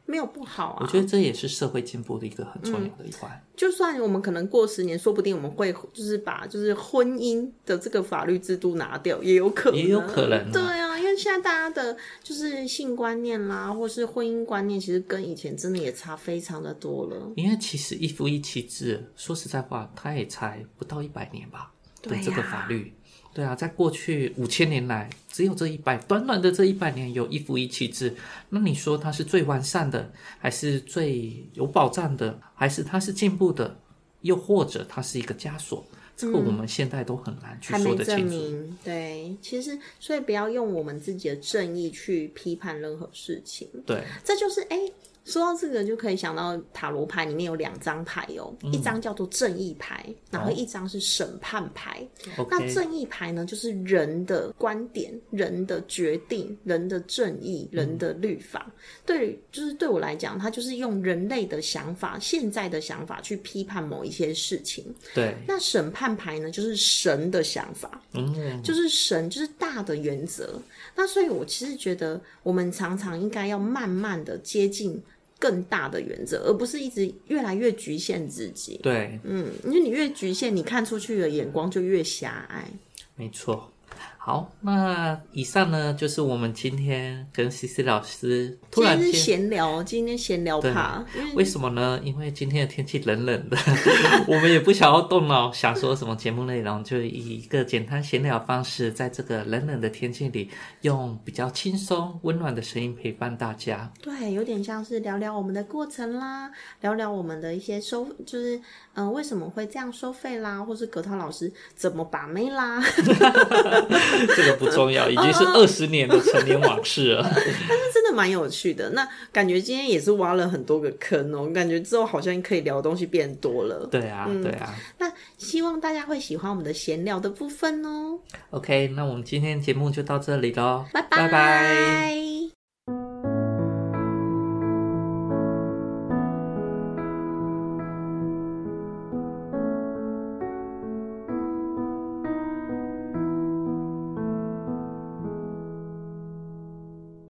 Speaker 2: 没有不好啊。
Speaker 1: 我觉得这也是社会进步的一个很重要的一环。
Speaker 2: 就算我们可能过十年，说不定我们会就是把就是婚姻的这个法律制度拿掉，也有可能，
Speaker 1: 也有可能啊
Speaker 2: 嗯对啊，因为现在大家的就是性观念啦，或是婚姻观念，其实跟以前真的也差非常的多了。
Speaker 1: 因为其实一夫一妻制，说实在话，它也才不到一百年吧的
Speaker 2: 对呀
Speaker 1: 这个法律。对啊，在过去五千年来，只有这一百短短的这一百年有一夫一妻制。那你说它是最完善的，还是最有保障的，还是它是进步的，又或者它是一个枷锁？这个我们现在都很难去
Speaker 2: 还
Speaker 1: 说
Speaker 2: 没
Speaker 1: 得
Speaker 2: 证
Speaker 1: 清楚。
Speaker 2: 明，对，其实所以不要用我们自己的正义去批判任何事情。
Speaker 1: 对，
Speaker 2: 这就是哎、说到这个就可以想到塔罗牌里面有两张牌哦，
Speaker 1: 嗯
Speaker 2: 一张叫做正义牌，然后一张是审判牌。那
Speaker 1: OK
Speaker 2: 正义牌呢，就是人的观点、人的决定、人的正义、
Speaker 1: 嗯
Speaker 2: 人的律法。对，就是对我来讲，它就是用人类的想法、现在的想法去批判某一些事情。
Speaker 1: 对，
Speaker 2: 那审判牌呢，就是神的想法。
Speaker 1: 嗯，
Speaker 2: 就是神，就是大的原则。那所以，我其实觉得，我们常常应该要慢慢的接近更大的原则，而不是一直越来越局限自己。
Speaker 1: 对，
Speaker 2: 嗯，因为你越局限，你看出去的眼光就越狭隘。
Speaker 1: 没错。好，那以上呢，就是我们今天跟 C C 老师突
Speaker 2: 今
Speaker 1: 然
Speaker 2: 天
Speaker 1: 间
Speaker 2: 是闲聊，今天闲聊趴，因为
Speaker 1: 为什么呢？因为今天的天气冷冷的， 我们也不想要动脑，想说什么节目内容，就以一个简单闲聊方式，在这个冷冷的天气里，用比较轻松温暖的声音陪伴大家。
Speaker 2: 对，有点像是聊聊我们的过程啦，聊聊我们的一些收，就是嗯、呃为什么会这样收费啦，或是葛涛老师怎么把妹啦。
Speaker 1: 这个不重 要，已经是二十年的陈年往事了。
Speaker 2: 真的蛮有趣的。那感觉今天也是挖了很多个坑哦，感觉之后好像可以聊的东西变多了。
Speaker 1: 对啊，对啊。
Speaker 2: 那希望大家会喜欢我们的闲聊的部分哦，
Speaker 1: OK，那我们今天节目就到这里喽，
Speaker 2: 拜
Speaker 1: 拜拜
Speaker 2: 拜